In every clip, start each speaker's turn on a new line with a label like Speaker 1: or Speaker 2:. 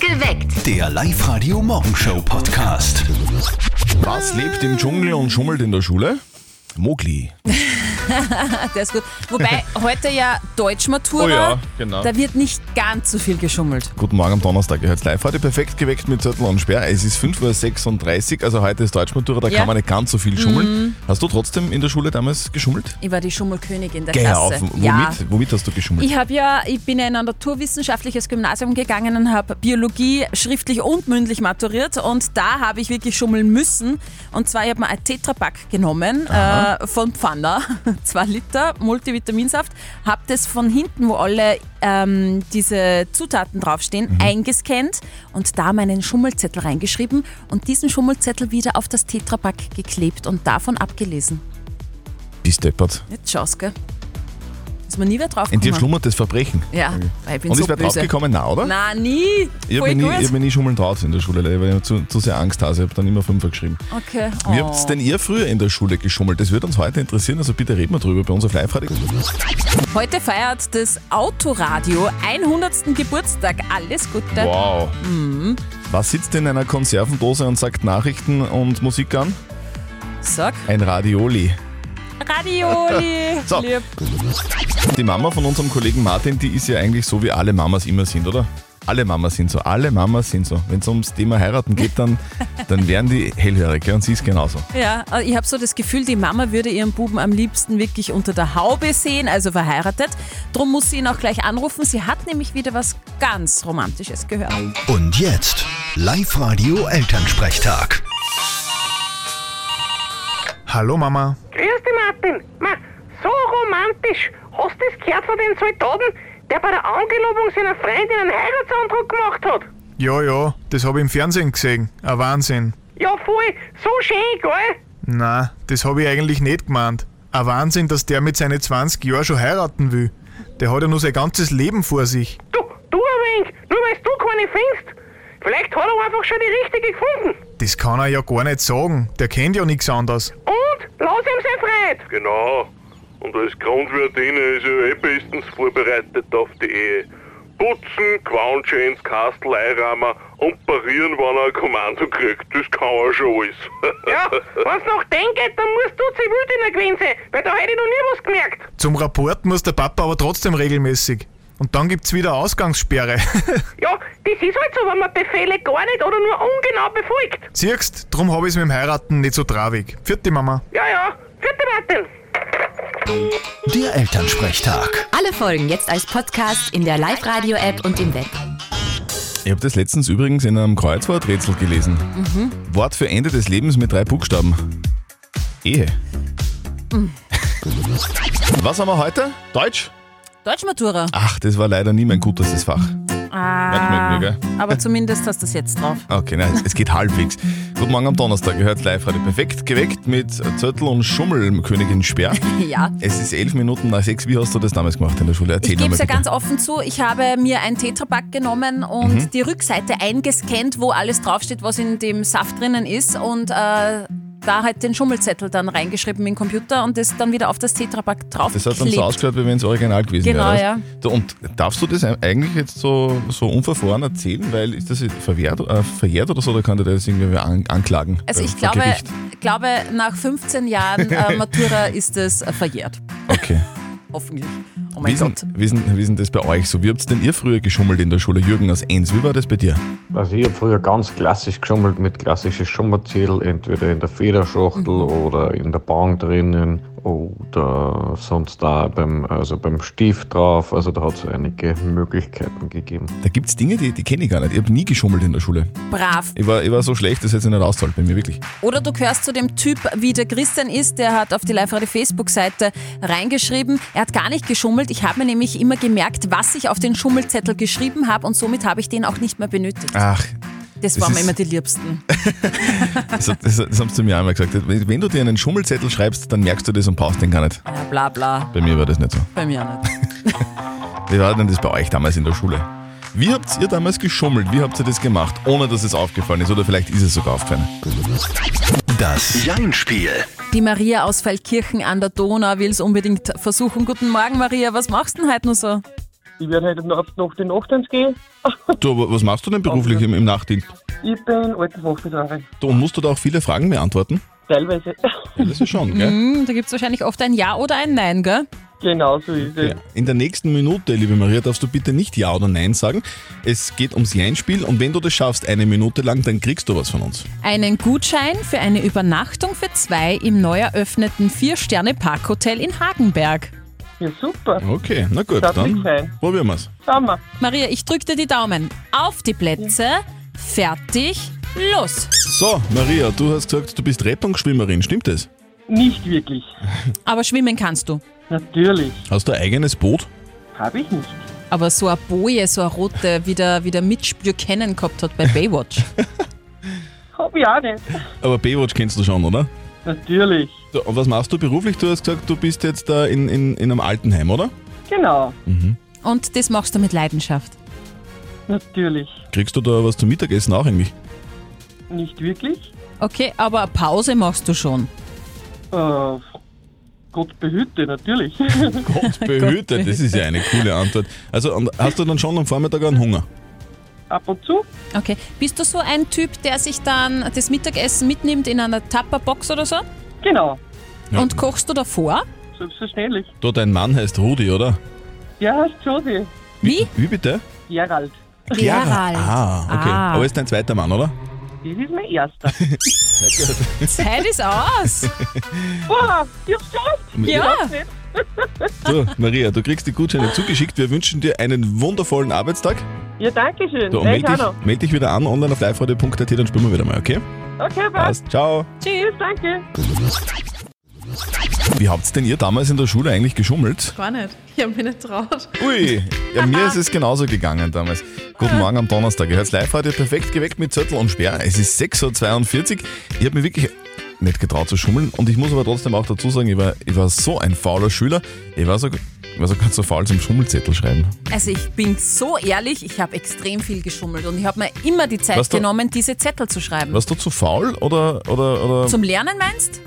Speaker 1: Geweckt.
Speaker 2: Der Live-Radio Morgenshow Podcast.
Speaker 3: Was lebt im Dschungel und schummelt in der Schule? Mogli.
Speaker 4: Der ist gut. Wobei heute ja Deutschmatura,
Speaker 3: Oh ja, genau.
Speaker 4: da wird nicht ganz so viel geschummelt.
Speaker 3: Guten Morgen am Donnerstag. Ihr hört live heute perfekt geweckt mit Zettel und Sperr. Es ist 5.36 Uhr, also heute ist Deutschmatura, da
Speaker 4: Ja. Mhm.
Speaker 3: kann man nicht ganz so viel schummeln. Hast du trotzdem in der Schule damals geschummelt?
Speaker 4: Ich war die Schummelkönigin der
Speaker 3: Geh auf.
Speaker 4: Klasse.
Speaker 3: Womit,
Speaker 4: ja.
Speaker 3: womit hast du geschummelt?
Speaker 4: Ich habe ja, ich bin ja in ein naturwissenschaftliches Gymnasium gegangen und habe Biologie schriftlich und mündlich maturiert und da habe ich wirklich schummeln müssen. Und zwar, ich habe mir ein Tetrapack genommen äh, von Pfanner, 2 Liter Multivitaminsaft, habe das von hinten, wo alle ähm, diese Zutaten draufstehen,
Speaker 3: Mhm.
Speaker 4: eingescannt und da meinen Schummelzettel reingeschrieben und diesen Schummelzettel wieder auf das Tetrapack geklebt und davon abgelesen.
Speaker 3: Die Steppert.
Speaker 4: Jetzt schaust, gell? Ist mir nie wer drauf
Speaker 3: In dir schlummert das Verbrechen.
Speaker 4: ja, weil ich bin
Speaker 3: Mhm. Und
Speaker 4: so
Speaker 3: ist wer
Speaker 4: böse.
Speaker 3: draufgekommen? Na, oder?
Speaker 4: Na, nie.
Speaker 3: Ich
Speaker 4: Voll
Speaker 3: habe mich,
Speaker 4: gut.
Speaker 3: nie- ich hab mich nie schummeln traut in der Schule, leider, weil ich zu, zu sehr Angst hatte. Ich habe dann immer Fünfer geschrieben.
Speaker 4: okay.
Speaker 3: Wie habt denn ihr früher in der Schule geschummelt? Das würde uns heute interessieren, also bitte reden wir drüber bei uns auf live -Radio.
Speaker 4: Oh. Heute feiert das Autoradio 100. Geburtstag. Alles Gute.
Speaker 3: Wow. Was sitzt in einer Konservendose und sagt Nachrichten und Musik an?
Speaker 4: Sag
Speaker 3: Ein Radioli.
Speaker 4: Radioli.
Speaker 3: So.
Speaker 4: Lieb.
Speaker 3: Die Mama von unserem Kollegen Martin, die ist ja eigentlich so, wie alle Mamas immer sind, oder? Alle Mamas sind so, alle Mamas sind so. Wenn es ums Thema heiraten geht, dann, dann werden die hellhörig ja, und sie ist genauso.
Speaker 4: Ja, also ich habe so das Gefühl, die Mama würde ihren Buben am liebsten wirklich unter der Haube sehen, also verheiratet. Drum muss sie ihn auch gleich anrufen. Sie hat nämlich wieder was ganz Romantisches gehört.
Speaker 2: Und jetzt Live-Radio Elternsprechtag.
Speaker 5: Hallo Mama.
Speaker 6: Grüß dich, Martin. Ma, so romantisch. Hast du das gehört von den Soldaten, der bei der Angelobung seiner Freundin einen Heiratsantrag gemacht hat?
Speaker 5: Ja, ja, das habe ich im Fernsehen gesehen. Ein Wahnsinn.
Speaker 6: Ja, voll. So schön, gell?
Speaker 5: Na, das habe ich eigentlich nicht gemeint. Ein Wahnsinn, dass der mit seinen 20 Jahren schon heiraten will. Der hat ja nur sein ganzes Leben vor sich.
Speaker 6: Du, du ein wenig, nur weil du keine findest. Vielleicht hat er einfach schon die richtige gefunden.
Speaker 5: Das kann er ja gar nicht sagen. Der kennt ja nichts anderes.
Speaker 6: Und lass ihm seine Freiheit.
Speaker 7: Genau. Und als Grundwirtin ist er eh bestens vorbereitet auf die Ehe. Putzen, Quaunschen ins Kastel einrahmen und parieren, wenn er ein Kommando kriegt. Das kann er schon alles.
Speaker 6: Ja, wenn's nach dem geht, dann musst du Zivildiener gewesen sein, weil da hätte ich noch nie was gemerkt.
Speaker 5: Zum Rapport muss der Papa aber trotzdem regelmäßig. Und dann gibt's wieder Ausgangssperre.
Speaker 6: Ja, das ist halt so, wenn man Befehle gar nicht oder nur ungenau befolgt.
Speaker 5: Siehst, drum habe ich mit dem Heiraten nicht so traurig. Vierte Mama.
Speaker 6: Ja, ja. Vierte Martin.
Speaker 2: Der Elternsprechtag.
Speaker 8: Alle Folgen jetzt als Podcast in der Live-Radio-App und im Web.
Speaker 3: Ich habe das letztens übrigens in einem Kreuzworträtsel gelesen. Wort für Ende des Lebens mit drei Buchstaben. Ehe. Was haben wir heute? Deutsch?
Speaker 4: Deutschmatura.
Speaker 3: Ach, das war leider nie mein gutestes Fach.
Speaker 4: Ah,
Speaker 3: merkt man mir,
Speaker 4: aber zumindest hast du es jetzt drauf.
Speaker 3: Okay, nein, es geht halbwegs. Guten Morgen am Donnerstag, ihr hört live heute perfekt geweckt mit Zöttel und Schummel, Königin Sperr.
Speaker 4: Ja.
Speaker 3: Es ist elf Minuten nach sechs. Wie hast du das damals gemacht in der Schule? Erzähl
Speaker 4: Ich gebe
Speaker 3: nochmal
Speaker 4: es ja
Speaker 3: bitte.
Speaker 4: ganz offen zu, ich habe mir ein Tetrapack genommen und
Speaker 3: Mhm.
Speaker 4: die Rückseite eingescannt, wo alles draufsteht, was in dem Saft drinnen ist und äh, da halt den Schummelzettel dann reingeschrieben im Computer und das dann wieder auf das Tetrapack
Speaker 3: Das hat dann so
Speaker 4: draufgeklebt.
Speaker 3: ausgehört, wie wenn es original gewesen
Speaker 4: Genau,
Speaker 3: wäre.
Speaker 4: ja.
Speaker 3: Du, Und darfst du das eigentlich jetzt so, so unverfroren erzählen? Weil ist das verwehrt, äh, verjährt oder so? Oder kann dir das irgendwie an, anklagen?
Speaker 4: Also
Speaker 3: beim-
Speaker 4: ich
Speaker 3: vor
Speaker 4: glaube,
Speaker 3: Gericht?
Speaker 4: glaube, nach 15 Jahren äh, Matura ist es äh, verjährt.
Speaker 3: Okay.
Speaker 4: Hoffentlich. Oh
Speaker 3: Wie
Speaker 4: mein
Speaker 3: ist, denn,
Speaker 4: Gott.
Speaker 3: wie, ist denn, wie ist denn das bei euch so? Wie habt denn ihr früher geschummelt in der Schule? Jürgen aus Enns, wie war das bei dir?
Speaker 9: Also ich habe früher ganz klassisch geschummelt mit klassischen Schummelzettel, entweder in der Federschachtel oder in der Bank drinnen oder sonst da beim, also beim Stift drauf. Also da hat es einige Möglichkeiten gegeben.
Speaker 3: Da gibt es Dinge, die, die kenne ich gar nicht. Ich habe nie geschummelt in der Schule.
Speaker 4: Brav.
Speaker 3: Ich war, ich war so schlecht, das hätte sich nicht auszahlt bei mir, wirklich.
Speaker 4: Oder du gehörst zu dem Typ, wie der Christian ist, der hat auf die Live-Radio-Facebook-Seite reingeschrieben, er hat gar nicht geschummelt. Ich habe mir nämlich immer gemerkt, was ich auf den Schummelzettel geschrieben habe und somit habe ich den auch nicht mehr benötigt.
Speaker 3: Ach,
Speaker 4: Das,
Speaker 3: das
Speaker 4: waren mir
Speaker 3: ist-
Speaker 4: immer die Liebsten.
Speaker 3: das, hat- das, das haben sie zu mir einmal gesagt. Wenn wenn du dir einen Schummelzettel schreibst, dann merkst du das und brauchst den gar nicht.
Speaker 4: Ja, Äh, bla bla,
Speaker 3: Bei mir war das nicht so.
Speaker 4: bei mir auch nicht.
Speaker 3: Wie war denn das bei euch damals in der Schule? Wie habt ihr damals geschummelt? Wie habt ihr das gemacht, ohne dass es aufgefallen ist? Oder vielleicht ist es sogar aufgefallen.
Speaker 2: Das Jein-Spiel.
Speaker 4: Die Maria aus Feldkirchen an der Donau will es unbedingt versuchen. Guten Morgen Maria, was machst du denn heute nur so?
Speaker 1: Ich werde heute Nacht noch den Nachtdienst gehen.
Speaker 3: Du, wa- was machst du denn beruflich im, im Nachtdienst?
Speaker 1: Ich bin Altenhochbetreuerin.
Speaker 3: Du musst du da auch viele Fragen beantworten?
Speaker 1: Teilweise.
Speaker 3: Ja, das ist schon, gell?
Speaker 4: Hm, da gibt es wahrscheinlich oft ein Ja oder ein Nein, gell?
Speaker 1: genau so ist es.
Speaker 3: Ja. In der nächsten Minute, liebe Maria, darfst du bitte nicht Ja oder Nein sagen. Es geht ums Jein-Spiel und wenn du das schaffst, eine Minute lang, dann kriegst du was von uns.
Speaker 4: Einen Gutschein für eine Übernachtung für zwei im neu eröffneten Vier-Sterne-Parkhotel in Hagenberg.
Speaker 1: Ja, super.
Speaker 3: Okay, na gut,
Speaker 1: Darf
Speaker 3: dann
Speaker 1: ich sein?
Speaker 3: probieren wir's.
Speaker 1: Schauen wir.
Speaker 4: Maria, ich drück dir die Daumen. Auf die Plätze, fertig, los.
Speaker 3: So, Maria, du hast gesagt, du bist Rettungsschwimmerin, stimmt das?
Speaker 1: Nicht wirklich.
Speaker 4: Aber schwimmen kannst du.
Speaker 1: Natürlich.
Speaker 3: Hast du ein eigenes Boot?
Speaker 1: Habe ich nicht.
Speaker 4: Aber so eine Boje, so eine rote, wie der, wie der Mitspür kennen gehabt hat bei Baywatch.
Speaker 1: Habe ich auch nicht.
Speaker 3: Aber Baywatch kennst du schon, oder?
Speaker 1: Natürlich.
Speaker 3: So, und was machst du beruflich? Du hast gesagt, du bist jetzt da in, in, in einem Altenheim, oder?
Speaker 1: Genau.
Speaker 4: Und das machst du mit Leidenschaft.
Speaker 1: Natürlich.
Speaker 3: Kriegst du da was zum Mittagessen auch eigentlich?
Speaker 1: Nicht wirklich.
Speaker 4: Okay, aber eine Pause machst du schon.
Speaker 1: Äh, Gott behüte, natürlich.
Speaker 3: Gott behüte, das ist ja eine coole Antwort. Also und hast du dann schon am Vormittag einen Hunger?
Speaker 1: Ab und zu.
Speaker 4: Okay. Bist du so ein Typ, der sich dann das Mittagessen mitnimmt in einer Tupperbox oder so?
Speaker 1: Genau.
Speaker 3: Ja.
Speaker 4: Und kochst du davor?
Speaker 1: Selbstverständlich.
Speaker 3: Du, dein Mann heißt Rudi, oder?
Speaker 1: Ja, hast Josi.
Speaker 4: Wie?
Speaker 3: Wie bitte?
Speaker 1: Gerald.
Speaker 4: Gerald.
Speaker 3: Ah, okay.
Speaker 4: Ah.
Speaker 3: Aber ist dein zweiter Mann, oder?
Speaker 1: Das ist mein erster.
Speaker 4: Zeit ist aus.
Speaker 1: Boah, ich hab's geschafft.
Speaker 4: ja.
Speaker 3: So, Maria, du kriegst die Gutscheine zugeschickt. Wir wünschen dir einen wundervollen Arbeitstag.
Speaker 1: Ja, danke schön.
Speaker 3: So, und
Speaker 1: Gleich
Speaker 3: meld dich,
Speaker 1: auch
Speaker 3: meld dich wieder an online auf liveradio.at, dann spielen wir wieder mal, okay?
Speaker 1: noch. Okay, passt.
Speaker 3: Passt. Ciao.
Speaker 1: Tschüss, danke.
Speaker 3: Wie habt denn ihr damals in der Schule eigentlich geschummelt?
Speaker 10: Gar nicht. Ich habe mich nicht traut.
Speaker 3: Ui, ja, mir ist es genauso gegangen damals. Guten Morgen am Donnerstag. Ihr hört live heute perfekt geweckt mit Zettel und Sperr. Es ist 6.42 Uhr. Ich habe mir wirklich nicht getraut zu schummeln und ich muss aber trotzdem auch dazu sagen, ich war, ich war so ein fauler Schüler. Ich war sogar, ich war sogar so faul zum Schummelzettel schreiben.
Speaker 4: Also ich bin so ehrlich, ich habe extrem viel geschummelt und ich habe mir immer die Zeit
Speaker 3: Was du-
Speaker 4: genommen, diese Zettel zu schreiben.
Speaker 3: Warst du zu faul oder, oder, oder?
Speaker 4: Zum Lernen meinst?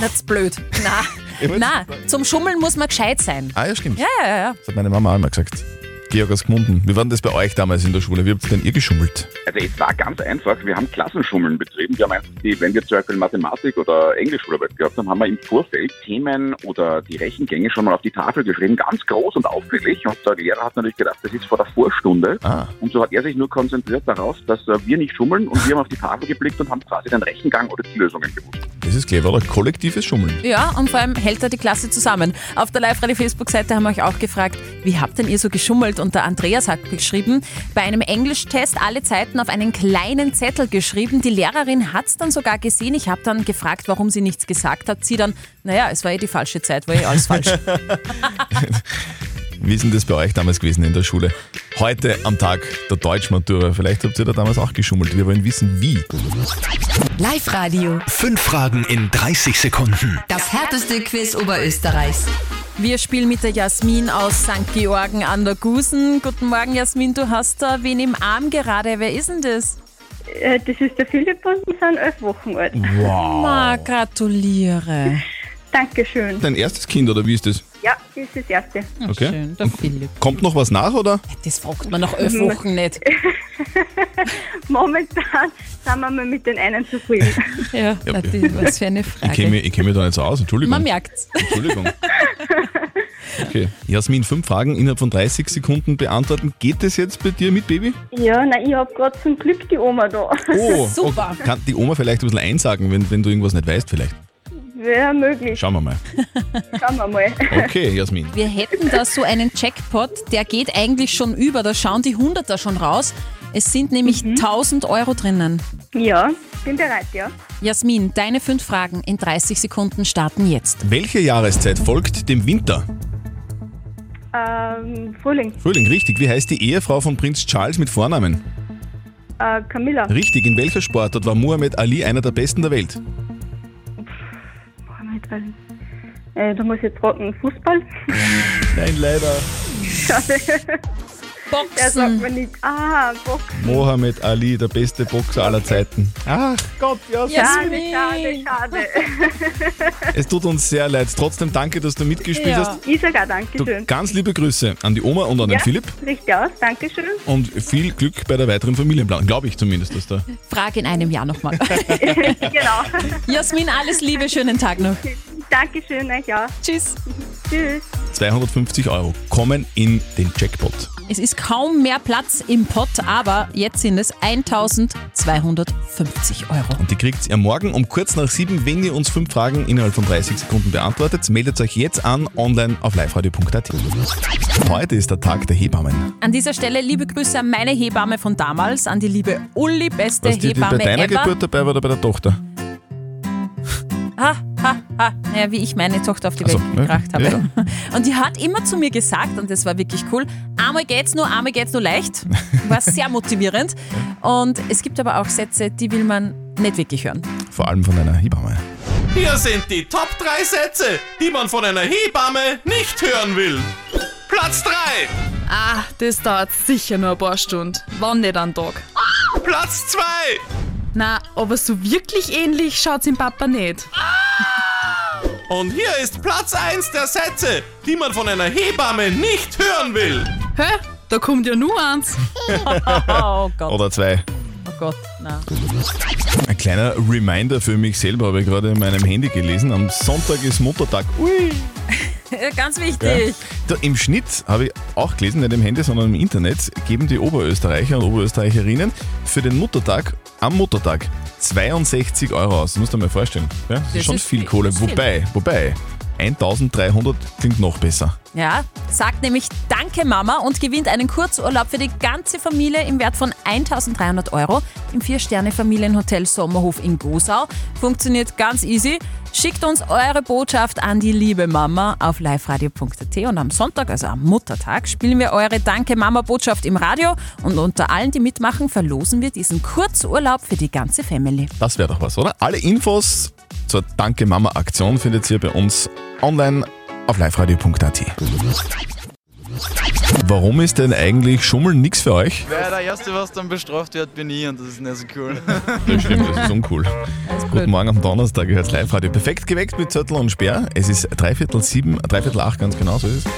Speaker 4: Das ist blöd.
Speaker 3: Ich
Speaker 4: Na,
Speaker 3: wollte-
Speaker 4: na, zum Schummeln muss man gescheit sein.
Speaker 3: ah ja, stimmt.
Speaker 4: Ja, ja, ja.
Speaker 3: Das hat meine Mama auch immer gesagt. Georg aus Gmunden. Wie war denn das bei euch damals in der Schule? Wie habt ihr denn ihr geschummelt?
Speaker 11: Also es war ganz einfach, wir haben Klassenschummeln betrieben. Wir haben einfach die, wenn wir zum Beispiel Mathematik oder Englischschularbeit gehabt haben, haben wir im Vorfeld Themen oder die Rechengänge schon mal auf die Tafel geschrieben, ganz groß und auffällig. Und der Lehrer hat natürlich gedacht, das ist vor der Vorstunde.
Speaker 3: Ah.
Speaker 11: Und so hat er sich nur konzentriert darauf, dass äh, wir nicht schummeln und wir haben auf die Tafel geblickt und haben quasi den Rechengang oder die Lösungen gewusst.
Speaker 3: Das ist clever, oder? Kollektives Schummeln.
Speaker 4: Ja, und vor allem hält er die Klasse zusammen. Auf der Live-Radio-Facebook-Seite haben wir euch auch gefragt, wie habt denn ihr so geschummelt? Und der Andreas hat geschrieben, bei einem Englischtest alle Zeiten auf einen kleinen Zettel geschrieben. Die Lehrerin hat's dann sogar gesehen. Ich habe dann gefragt, warum sie nichts gesagt hat. Sie dann, naja, es war eh die falsche Zeit, war eh alles falsch.
Speaker 3: Wie ist denn das bei euch damals gewesen in der Schule? Heute am Tag der Deutschmatura. Vielleicht habt ihr da damals auch geschummelt. Wir wollen wissen, wie.
Speaker 8: Live-Radio.
Speaker 2: Fünf Fragen in 30 Sekunden.
Speaker 8: Das härteste Quiz Oberösterreichs.
Speaker 4: Wir spielen mit der Jasmin aus St. Georgen an der Gusen. Guten Morgen, Jasmin, du hast da wen im Arm gerade. Wer ist denn das?
Speaker 10: Äh, das ist der Philipp und wir sind elf Wochen alt.
Speaker 3: Mhm. Oh.
Speaker 4: Ma, gratuliere.
Speaker 10: Dankeschön.
Speaker 3: Dein erstes Kind, oder wie ist das?
Speaker 10: Ja, das ist das Erste.
Speaker 3: Okay.
Speaker 4: Schön, der Philipp.
Speaker 3: Kommt noch was nach, oder?
Speaker 4: Das fragt man nach elf Wochen nicht.
Speaker 10: Momentan sind wir mal mit den einen zufrieden.
Speaker 4: Ja, na, die, was für eine
Speaker 3: Ich kenne
Speaker 4: Frage.
Speaker 3: mich, ich kenn mich da nicht so aus, Entschuldigung.
Speaker 4: Man merkt's.
Speaker 3: Entschuldigung. Okay. Jasmin, fünf Fragen innerhalb von 30 Sekunden beantworten. Geht das jetzt bei dir mit, Baby?
Speaker 10: ja, na, ich habe gerade zum Glück die Oma da.
Speaker 3: Oh,
Speaker 4: Super.
Speaker 3: okay. Kann die Oma vielleicht ein bisschen einsagen, wenn, wenn du irgendwas nicht weißt, vielleicht?
Speaker 10: Wäre möglich.
Speaker 3: Schauen wir mal.
Speaker 10: Schauen wir mal.
Speaker 3: Okay, Jasmin.
Speaker 4: Wir hätten da so einen Jackpot, der geht eigentlich schon über. Da schauen die Hunderter schon raus. Es sind nämlich 1000 Euro drinnen.
Speaker 10: Ja, bin bereit, ja.
Speaker 4: Jasmin, deine fünf Fragen in 30 Sekunden starten jetzt.
Speaker 3: Welche Jahreszeit folgt dem Winter?
Speaker 10: Ähm, Frühling,
Speaker 3: Frühling, richtig. Wie heißt die Ehefrau von Prinz Charles mit Vornamen?
Speaker 10: äh, Camilla,
Speaker 3: Richtig. In welcher Sportart war Muhammad Ali einer der besten der Welt?
Speaker 10: Mohammed Ali. Äh, du musst jetzt rocken. Fußball?
Speaker 3: Nein, leider.
Speaker 10: Schade. Der sagt mir nichts. Ah, Boxen.
Speaker 3: Mohammed Ali, der beste Boxer aller Zeiten. Ach, Gott, ja,
Speaker 10: schade, schade, schade.
Speaker 3: es tut uns sehr leid. Trotzdem danke, dass du mitgespielt hast.
Speaker 10: Ich sage auch Dankeschön.
Speaker 3: Ah. Du, ganz liebe Grüße an die Oma und an den
Speaker 10: ja,
Speaker 3: Philipp
Speaker 10: Richtig aus, Dankeschön.
Speaker 3: und viel Glück bei der weiteren Familienplanung. Glaube ich zumindest, dass da.
Speaker 4: Frage in einem Jahr nochmal.
Speaker 10: genau.
Speaker 4: Jasmin, alles Liebe, schönen Tag noch.
Speaker 10: Dankeschön, euch auch.
Speaker 4: Tschüss.
Speaker 10: Tschüss.
Speaker 3: 250 Euro kommen in den Jackpot.
Speaker 4: Es ist kaum mehr Platz im Pott, aber jetzt sind es 1250 Euro.
Speaker 3: Und die kriegt ihr morgen um kurz nach sieben, wenn ihr uns fünf Fragen innerhalb von 30 Sekunden beantwortet. Meldet euch jetzt an online auf liveradio.at. Heute ist der Tag der Hebammen.
Speaker 4: An dieser Stelle liebe Grüße an meine Hebamme von damals, an die liebe Uli, beste
Speaker 3: Was die, die bei
Speaker 4: Hebamme
Speaker 3: deiner
Speaker 4: ever.
Speaker 3: Geburt dabei war oder bei der Tochter?
Speaker 4: ha, ha, ha, naja, wie ich meine Tochter auf die
Speaker 3: Also,
Speaker 4: Welt gebracht
Speaker 3: ja,
Speaker 4: habe. Und die hat immer zu mir gesagt, und das war wirklich cool, einmal geht's nur, einmal geht's nur leicht. War sehr motivierend. Und es gibt aber auch Sätze, die will man nicht wirklich hören.
Speaker 3: Vor allem von einer Hebamme.
Speaker 12: Hier sind die Top 3 Sätze, die man von einer Hebamme nicht hören will. Platz 3,
Speaker 13: Ah, das dauert sicher nur ein paar Stunden. Wann nicht einen Tag.
Speaker 12: Platz 2,
Speaker 13: Na, aber so wirklich ähnlich schaut's im Papa nicht.
Speaker 12: Und hier ist Platz 1 der Sätze, die man von einer Hebamme nicht hören will.
Speaker 13: Hä? Da kommt ja nur eins.
Speaker 4: oh Gott.
Speaker 3: Oder zwei.
Speaker 4: Oh Gott, nein.
Speaker 3: Ein kleiner Reminder für mich selber habe ich gerade in meinem Handy gelesen. Am Sonntag ist Muttertag. Ui!
Speaker 4: Ganz
Speaker 3: Gell?
Speaker 4: wichtig.
Speaker 3: Da, Im Schnitt habe ich auch gelesen, nicht im Handy, sondern im Internet, geben die Oberösterreicher und Oberösterreicherinnen für den Muttertag am Muttertag 62 Euro aus. Das musst du dir mal vorstellen. Ja? Das,
Speaker 4: Das
Speaker 3: ist schon
Speaker 4: ist
Speaker 3: viel
Speaker 4: viel,
Speaker 3: Kohle.
Speaker 4: das ist viel.
Speaker 3: wobei, wobei, 1300 klingt noch besser.
Speaker 4: Ja, sagt nämlich Danke Mama und gewinnt einen Kurzurlaub für die ganze Familie im Wert von 1300 Euro im Vier-Sterne-Familienhotel Sommerhof in Gosau. Funktioniert ganz easy. Schickt uns eure Botschaft an die liebe Mama auf liveradio.at und am Sonntag, also am Muttertag, spielen wir eure Danke Mama Botschaft im Radio und unter allen, die mitmachen, verlosen wir diesen Kurzurlaub für die ganze Family.
Speaker 3: Das wäre doch was, oder? Alle Infos zur Danke Mama Aktion findet ihr bei uns online auf liveradio.at. Warum ist denn eigentlich Schummeln nichts für euch?
Speaker 14: Wer der Erste, was dann bestraft wird, bin ich und das ist nicht so cool.
Speaker 3: Das stimmt, das ist uncool. Guten Morgen am Donnerstag, ihr hört Live-Radio. Perfekt geweckt mit Zettel und Sperr. Es ist dreiviertel sieben, dreiviertel acht, ganz genau so ist es.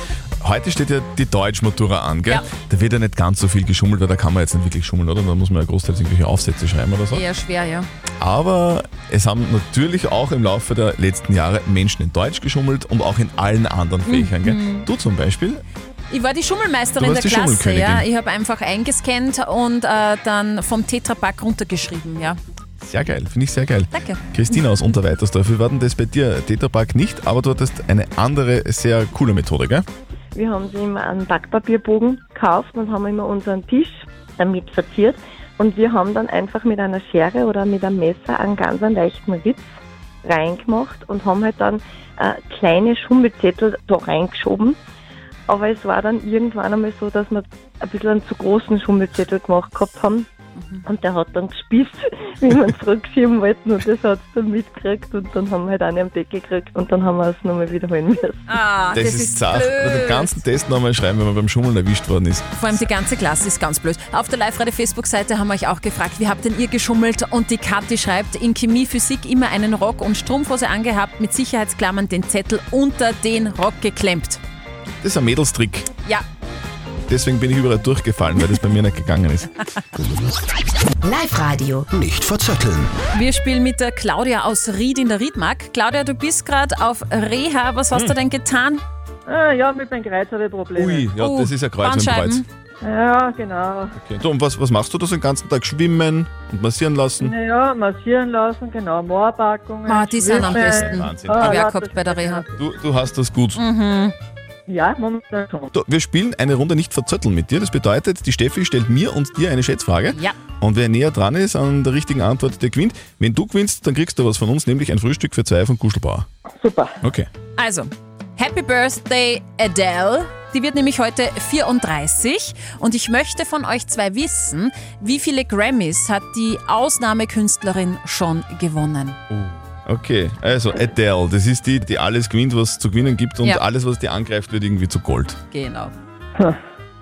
Speaker 3: Heute steht ja die Deutschmatura an, gell? Da wird ja nicht ganz so viel geschummelt, weil da kann man jetzt nicht wirklich schummeln, oder? Da muss man ja großteils irgendwelche Aufsätze schreiben oder so.
Speaker 4: Eher schwer, ja.
Speaker 3: Aber es haben natürlich auch im Laufe der letzten Jahre Menschen in Deutsch geschummelt und auch in allen anderen Fächern, gell?
Speaker 4: Mhm.
Speaker 3: Du zum Beispiel,
Speaker 4: Ich war die
Speaker 3: Du
Speaker 4: Schummelmeisterin der
Speaker 3: warst die
Speaker 4: Klasse, ja.
Speaker 3: Schummelkönigin.
Speaker 4: Ich habe einfach eingescannt und äh, dann vom Tetrapack runtergeschrieben, ja.
Speaker 3: sehr geil, finde ich sehr geil.
Speaker 4: Danke.
Speaker 3: Christina aus Unterweitersdorf, wir werden das bei dir, Tetrapark nicht, aber du hattest eine andere, sehr coole Methode, gell?
Speaker 15: Wir haben sie immer einen Backpapierbogen gekauft und haben immer unseren Tisch damit verziert. Und wir haben dann einfach mit einer Schere oder mit einem Messer einen ganz einen leichten Ritz reingemacht und haben halt dann äh, kleine Schummelzettel da reingeschoben. Aber es war dann irgendwann einmal so, dass wir ein bisschen einen zu großen Schummelzettel gemacht gehabt haben. Und der hat dann gespießt, wie wir ihn zurückschieben wollten und das hat es dann mitgekriegt und dann haben wir halt einen am Deck gekriegt und dann haben wir es nochmal wiederholen müssen.
Speaker 4: Ah,
Speaker 3: Das, ist, zart. Also Den ganzen Test nochmal schreiben, wenn man beim Schummeln erwischt worden ist.
Speaker 4: Vor allem die ganze Klasse ist ganz blöd. Auf der Live-Radio-Facebook-Seite haben wir euch auch gefragt, wie habt denn ihr geschummelt? Und die Kathi schreibt, in Chemie, Physik immer einen Rock und Strumpfhose angehabt, mit Sicherheitsklammern den Zettel unter den Rock geklemmt.
Speaker 3: Das ist ein Mädelstrick.
Speaker 4: Ja,
Speaker 3: Deswegen bin ich überall durchgefallen, weil das bei mir nicht gegangen ist.
Speaker 8: Live-Radio.
Speaker 2: Nicht verzetteln.
Speaker 4: wir spielen mit der Claudia aus Ried in der Riedmark. Claudia, du bist gerade auf Reha. Was hast
Speaker 3: Hm.
Speaker 4: du denn getan?
Speaker 1: Ah, ja, mit meinem Kreuz habe ich Probleme.
Speaker 3: Ui, ja, das ist ja Kreuz im Kreuz.
Speaker 1: Ja, genau.
Speaker 3: Okay. So, und was, was machst du da so den ganzen Tag? Schwimmen und massieren lassen?
Speaker 1: Naja, massieren lassen, genau, Moorpackungen.
Speaker 4: Ah, die sind am
Speaker 1: Schwimmen.
Speaker 4: besten.
Speaker 3: Wahnsinn.
Speaker 1: Ah,
Speaker 4: Hab ich auch
Speaker 1: ja,
Speaker 4: gehabt bei der Reha.
Speaker 3: Du, du hast das gut.
Speaker 4: Mhm.
Speaker 1: Ja, momentan schon.
Speaker 3: So, wir spielen eine Runde nicht verzötteln mit dir. Das bedeutet, die Steffi stellt mir und dir eine Schätzfrage.
Speaker 4: Ja.
Speaker 3: Und wer näher dran ist an der richtigen Antwort, der gewinnt. Wenn du gewinnst, dann kriegst du was von uns, nämlich ein Frühstück für zwei von Kuschelbauer.
Speaker 1: Super.
Speaker 3: Okay.
Speaker 4: Also, Happy Birthday Adele. Die wird nämlich heute 34 und ich möchte von euch zwei wissen, wie viele Grammys hat die Ausnahmekünstlerin schon gewonnen?
Speaker 3: Okay, also Adele, das ist die, die alles gewinnt, was es zu gewinnen gibt und
Speaker 4: Ja.
Speaker 3: alles, was die angreift, wird irgendwie zu Gold.
Speaker 4: Genau.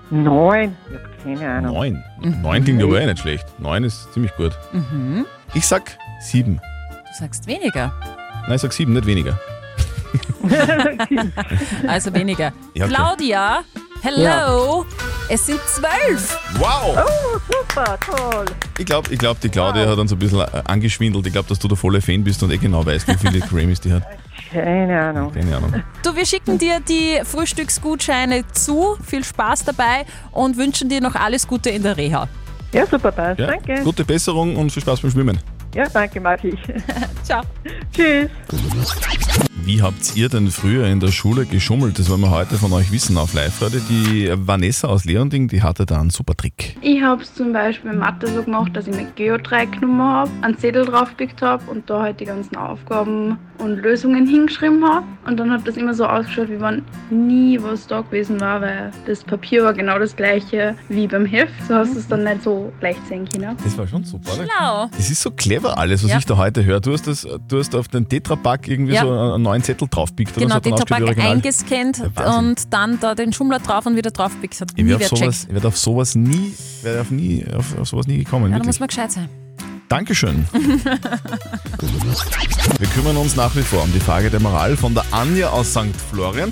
Speaker 1: Neun? Ich hab keine Ahnung.
Speaker 3: Neun. Neun klingt aber eh nicht schlecht. Neun ist ziemlich gut.
Speaker 4: Mhm.
Speaker 3: Ich sag sieben.
Speaker 4: Du sagst weniger.
Speaker 3: Nein, ich sag sieben, nicht weniger.
Speaker 4: also weniger.
Speaker 3: Ja, okay.
Speaker 4: Claudia, hello. Es sind zwölf.
Speaker 3: Wow!
Speaker 1: Oh, super, toll.
Speaker 3: Ich glaube, ich glaub, die Claudia hat uns ein bisschen äh, angeschwindelt. Ich glaube, dass du der volle Fan bist und eh genau weißt, wie viele Grammys die hat.
Speaker 1: Keine Ahnung.
Speaker 3: Keine Ahnung.
Speaker 4: Du, wir schicken dir die Frühstücksgutscheine zu. Viel Spaß dabei und wünschen dir noch alles Gute in der Reha.
Speaker 1: Ja, super, passt.
Speaker 3: Ja?
Speaker 1: Also, Danke.
Speaker 3: Gute Besserung und viel Spaß beim Schwimmen.
Speaker 1: Ja, danke, Martin.
Speaker 4: Ciao.
Speaker 1: Tschüss.
Speaker 3: Wie habt ihr denn früher in der Schule geschummelt? Das wollen wir heute von euch wissen auf live -Radio. Die Vanessa aus Leonding, die hatte da einen super Trick.
Speaker 16: Ich habe es zum Beispiel in Mathe so gemacht, dass ich mir Geodreieck genommen habe, einen Zettel draufgepickt habe und da halt die ganzen Aufgaben und Lösungen hingeschrieben habe. Und dann hat das immer so ausgeschaut, wie wenn nie was da gewesen war, weil das Papier war genau das gleiche wie beim Heft. So hast du es dann nicht so leicht sehen können.
Speaker 3: Das war schon super. oder?
Speaker 4: Schlau.
Speaker 3: Das ist so clever alles, was
Speaker 4: Ja.
Speaker 3: ich da heute höre. Du hast, das, du hast auf den Tetrapack irgendwie
Speaker 4: Ja.
Speaker 3: so einen neuen Zettel draufpickt.
Speaker 4: Genau, den Tabak
Speaker 3: eingesetzt.
Speaker 4: eingescannt
Speaker 3: Wahnsinn.
Speaker 4: und dann da den Schummler drauf und wieder drauf gepickt.
Speaker 3: Ich
Speaker 4: Nie
Speaker 3: wäre
Speaker 4: wer
Speaker 3: auf, sowas-
Speaker 4: checkt.
Speaker 3: ich werd auf sowas nie, werd auf, nie auf, auf sowas nie gekommen.
Speaker 4: Ja, da
Speaker 3: wirklich.
Speaker 4: muss man gescheit sein.
Speaker 3: Dankeschön. Wir kümmern uns nach wie vor um die Frage der Moral von der Anja aus St. Florian.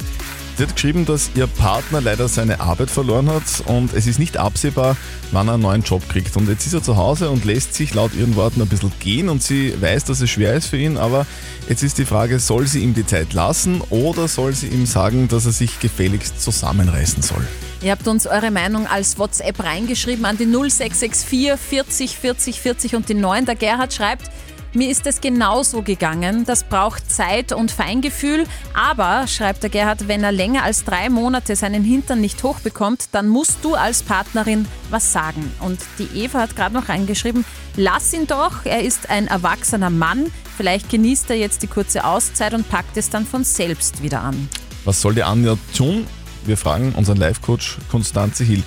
Speaker 3: Sie hat geschrieben, dass ihr Partner leider seine Arbeit verloren hat und es ist nicht absehbar, wann er einen neuen Job kriegt. Und jetzt ist er zu Hause und lässt sich laut ihren Worten ein bisschen gehen und sie weiß, dass es schwer ist für ihn, aber jetzt ist die Frage, soll sie ihm die Zeit lassen oder soll sie ihm sagen, dass er sich gefälligst zusammenreißen soll?
Speaker 4: Ihr habt uns eure Meinung als WhatsApp reingeschrieben an die 0664 40 40 40 und die 9. Der Gerhard schreibt, mir ist das genauso gegangen. Das braucht Zeit und Feingefühl. Aber, schreibt der Gerhard, wenn er länger als drei Monate seinen Hintern nicht hochbekommt, dann musst du als Partnerin was sagen. Und die Eva hat gerade noch reingeschrieben, lass ihn doch, er ist ein erwachsener Mann. Vielleicht genießt er jetzt die kurze Auszeit und packt es dann von selbst wieder an.
Speaker 3: Was soll die Anja tun? Wir fragen unseren Live-Coach Konstanze Hill.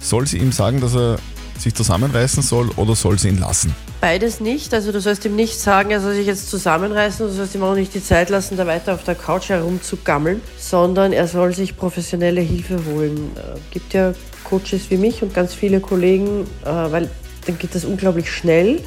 Speaker 3: Soll sie ihm sagen, dass er sich zusammenreißen soll oder soll sie ihn lassen?
Speaker 17: Beides nicht. Also du sollst ihm nicht sagen, er soll sich jetzt zusammenreißen, du sollst ihm auch nicht die Zeit lassen, da weiter auf der Couch herumzugammeln, sondern er soll sich professionelle Hilfe holen. Äh, gibt ja Coaches wie mich und ganz viele Kollegen, äh, weil dann geht das unglaublich schnell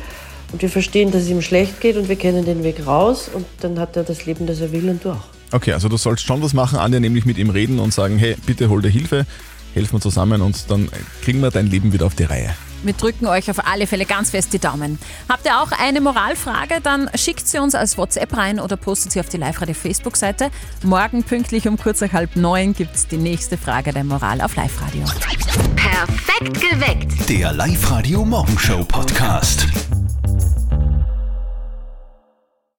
Speaker 17: und wir verstehen, dass es ihm schlecht geht und wir kennen den Weg raus und dann hat er das Leben, das er will und du auch.
Speaker 3: Okay, also du sollst schon was machen, Anja, nämlich mit ihm reden und sagen, hey, bitte hol dir Hilfe, helfen wir zusammen und dann kriegen wir dein Leben wieder auf die Reihe.
Speaker 4: Wir drücken euch auf alle Fälle ganz fest die Daumen. Habt ihr auch eine Moralfrage, dann schickt sie uns als WhatsApp rein oder postet sie auf die Live-Radio-Facebook-Seite. Morgen pünktlich um kurz nach halb neun gibt's die nächste Frage der Moral auf Live-Radio.
Speaker 8: Perfekt geweckt.
Speaker 2: Der Live-Radio Morgenshow Podcast.